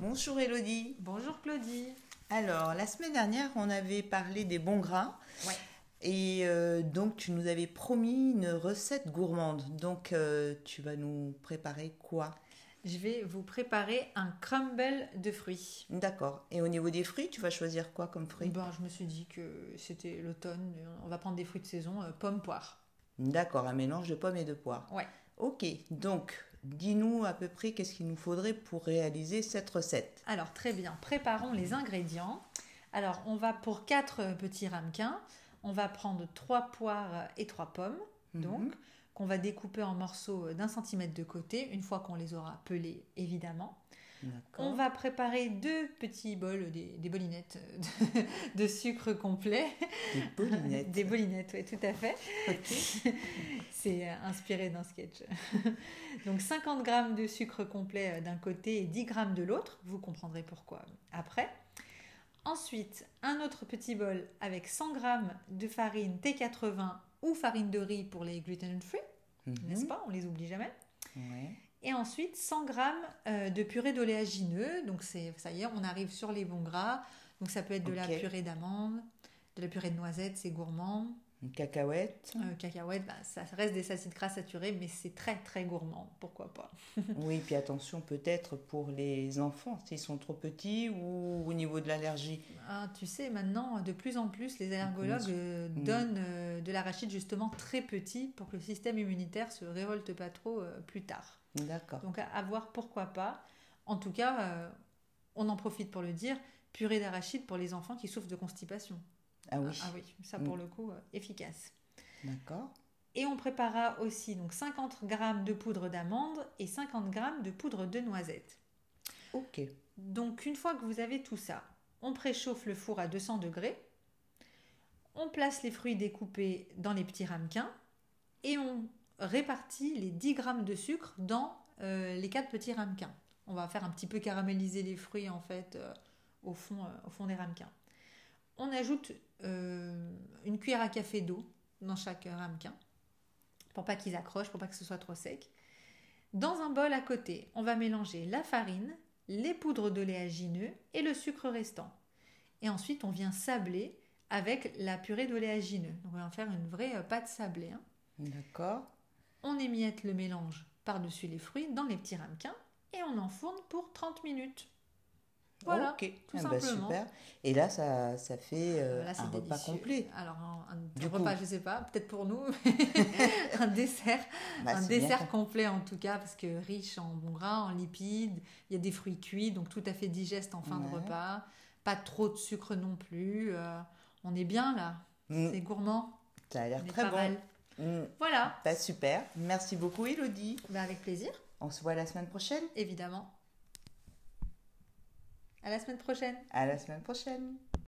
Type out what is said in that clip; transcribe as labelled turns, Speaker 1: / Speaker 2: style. Speaker 1: Bonjour Elodie.
Speaker 2: Bonjour Claudie.
Speaker 1: Alors, la semaine dernière, on avait parlé des bons grains.
Speaker 2: Ouais.
Speaker 1: Et euh, donc, tu nous avais promis une recette gourmande. Donc, euh, tu vas nous préparer quoi
Speaker 2: Je vais vous préparer un crumble de fruits.
Speaker 1: D'accord. Et au niveau des fruits, tu vas choisir quoi comme fruits
Speaker 2: Ben, je me suis dit que c'était l'automne, on va prendre des fruits de saison, euh, pommes, poires.
Speaker 1: D'accord, un mélange de pommes et de poires.
Speaker 2: Ouais.
Speaker 1: Ok, donc, dis-nous à peu près qu'est-ce qu'il nous faudrait pour réaliser cette recette.
Speaker 2: Alors très bien, préparons les ingrédients. Alors on va pour quatre euh, petits ramequins, on va prendre trois poires et trois pommes, donc qu'on va découper en morceaux euh, d'un centimètre de côté, une fois qu'on les aura pelés évidemment.
Speaker 1: Mhm.
Speaker 2: On
Speaker 1: D'accord.
Speaker 2: va préparer deux petits bols, des, des bolinettes euh, de, de sucre complet.
Speaker 1: Des bolinettes.
Speaker 2: Des bolinettes, oui, tout à fait. C'est euh, inspiré d'un sketch. Donc 50 grammes de sucre complet euh, d'un côté et 10 grammes de l'autre. Vous comprendrez pourquoi après. Ensuite, un autre petit bol avec 100 grammes de farine T80 ou farine de riz pour les gluten-free, n'est-ce pas On les oublie jamais.
Speaker 1: Mhm. Ouais.
Speaker 2: Et ensuite, 100 grammes euh, de purée d'oléagineux. Donc, c'est, ça y est, on arrive sur les bons gras. Donc, ça peut être de
Speaker 1: Ok.
Speaker 2: la purée d'amandes, de la purée de noisettes, c'est gourmand.
Speaker 1: Une cacahuète.
Speaker 2: Euh, cacahuètes, bah, ça reste des acides gras saturés, mais c'est très, très gourmand. Pourquoi pas
Speaker 1: Oui, puis attention peut-être pour les enfants, s'ils sont trop petits ou au niveau de l'allergie.
Speaker 2: Ah, Tu sais, maintenant, de plus en plus, les
Speaker 1: Bien
Speaker 2: allergologues
Speaker 1: sûr.
Speaker 2: euh,
Speaker 1: Mm.
Speaker 2: donnent euh, de l'arachide justement très petit pour que le système immunitaire se révolte pas trop euh, plus tard.
Speaker 1: D'accord.
Speaker 2: Donc, à, à voir pourquoi pas. En tout cas, euh, on en profite pour le dire, purée d'arachide pour les enfants qui souffrent de constipation.
Speaker 1: Ah oui,
Speaker 2: Ah ah oui, ça pour le coup, euh, efficace.
Speaker 1: d'accord.
Speaker 2: Et on préparera aussi donc 50 g de poudre d'amande et 50 g de poudre de noisette.
Speaker 1: Ok.
Speaker 2: Donc une fois que vous avez tout ça, on préchauffe le four à 200 degrés. On place les fruits découpés dans les petits ramequins et on répartit les 10 g de sucre dans euh, les quatre petits ramequins. On va faire un petit peu caraméliser les fruits en fait euh, au, fond, euh, au fond des ramequins. On ajoute euh, une cuillère à café d'eau dans chaque euh, ramequin pour pas qu'ils accrochent, pour pas que ce soit trop sec. Dans un bol à côté, on va mélanger la farine, les poudres d'oléagineux et le sucre restant. Et ensuite, on vient sabler avec la purée d'oléagineux. Donc, on va en faire une vraie euh, pâte sablée. hein.
Speaker 1: D'accord.
Speaker 2: On émiette le mélange par-dessus les fruits dans les petits ramequins et on enfourne pour 30 minutes. Voilà.
Speaker 1: Ok.
Speaker 2: tout
Speaker 1: Ah bah,
Speaker 2: simplement.
Speaker 1: super. Et là, ça, ça fait euh,
Speaker 2: Euh, là, c'est
Speaker 1: un repas
Speaker 2: délicieux.
Speaker 1: complet.
Speaker 2: Alors, un, un
Speaker 1: Du
Speaker 2: repas,
Speaker 1: coup.
Speaker 2: je sais pas, peut-être pour nous, un dessert.
Speaker 1: Bah,
Speaker 2: un
Speaker 1: c'est bien
Speaker 2: dessert
Speaker 1: com-
Speaker 2: complet en tout cas, parce que riche en bons gras, en lipides, il y a des fruits cuits, donc tout à fait digeste en fin de
Speaker 1: Ouais.
Speaker 2: repas. Pas trop de sucre non plus. euh, on est bien là,
Speaker 1: Mm,
Speaker 2: c'est gourmand,
Speaker 1: ça a
Speaker 2: on
Speaker 1: l'air
Speaker 2: est
Speaker 1: très
Speaker 2: pas
Speaker 1: bon.
Speaker 2: mal.
Speaker 1: Mm,
Speaker 2: Voilà,
Speaker 1: bah, super. Merci beaucoup, Elodie.
Speaker 2: Ben, avec plaisir,
Speaker 1: On se voit la semaine prochaine.
Speaker 2: évidemment. À la semaine prochaine.
Speaker 1: À la semaine prochaine.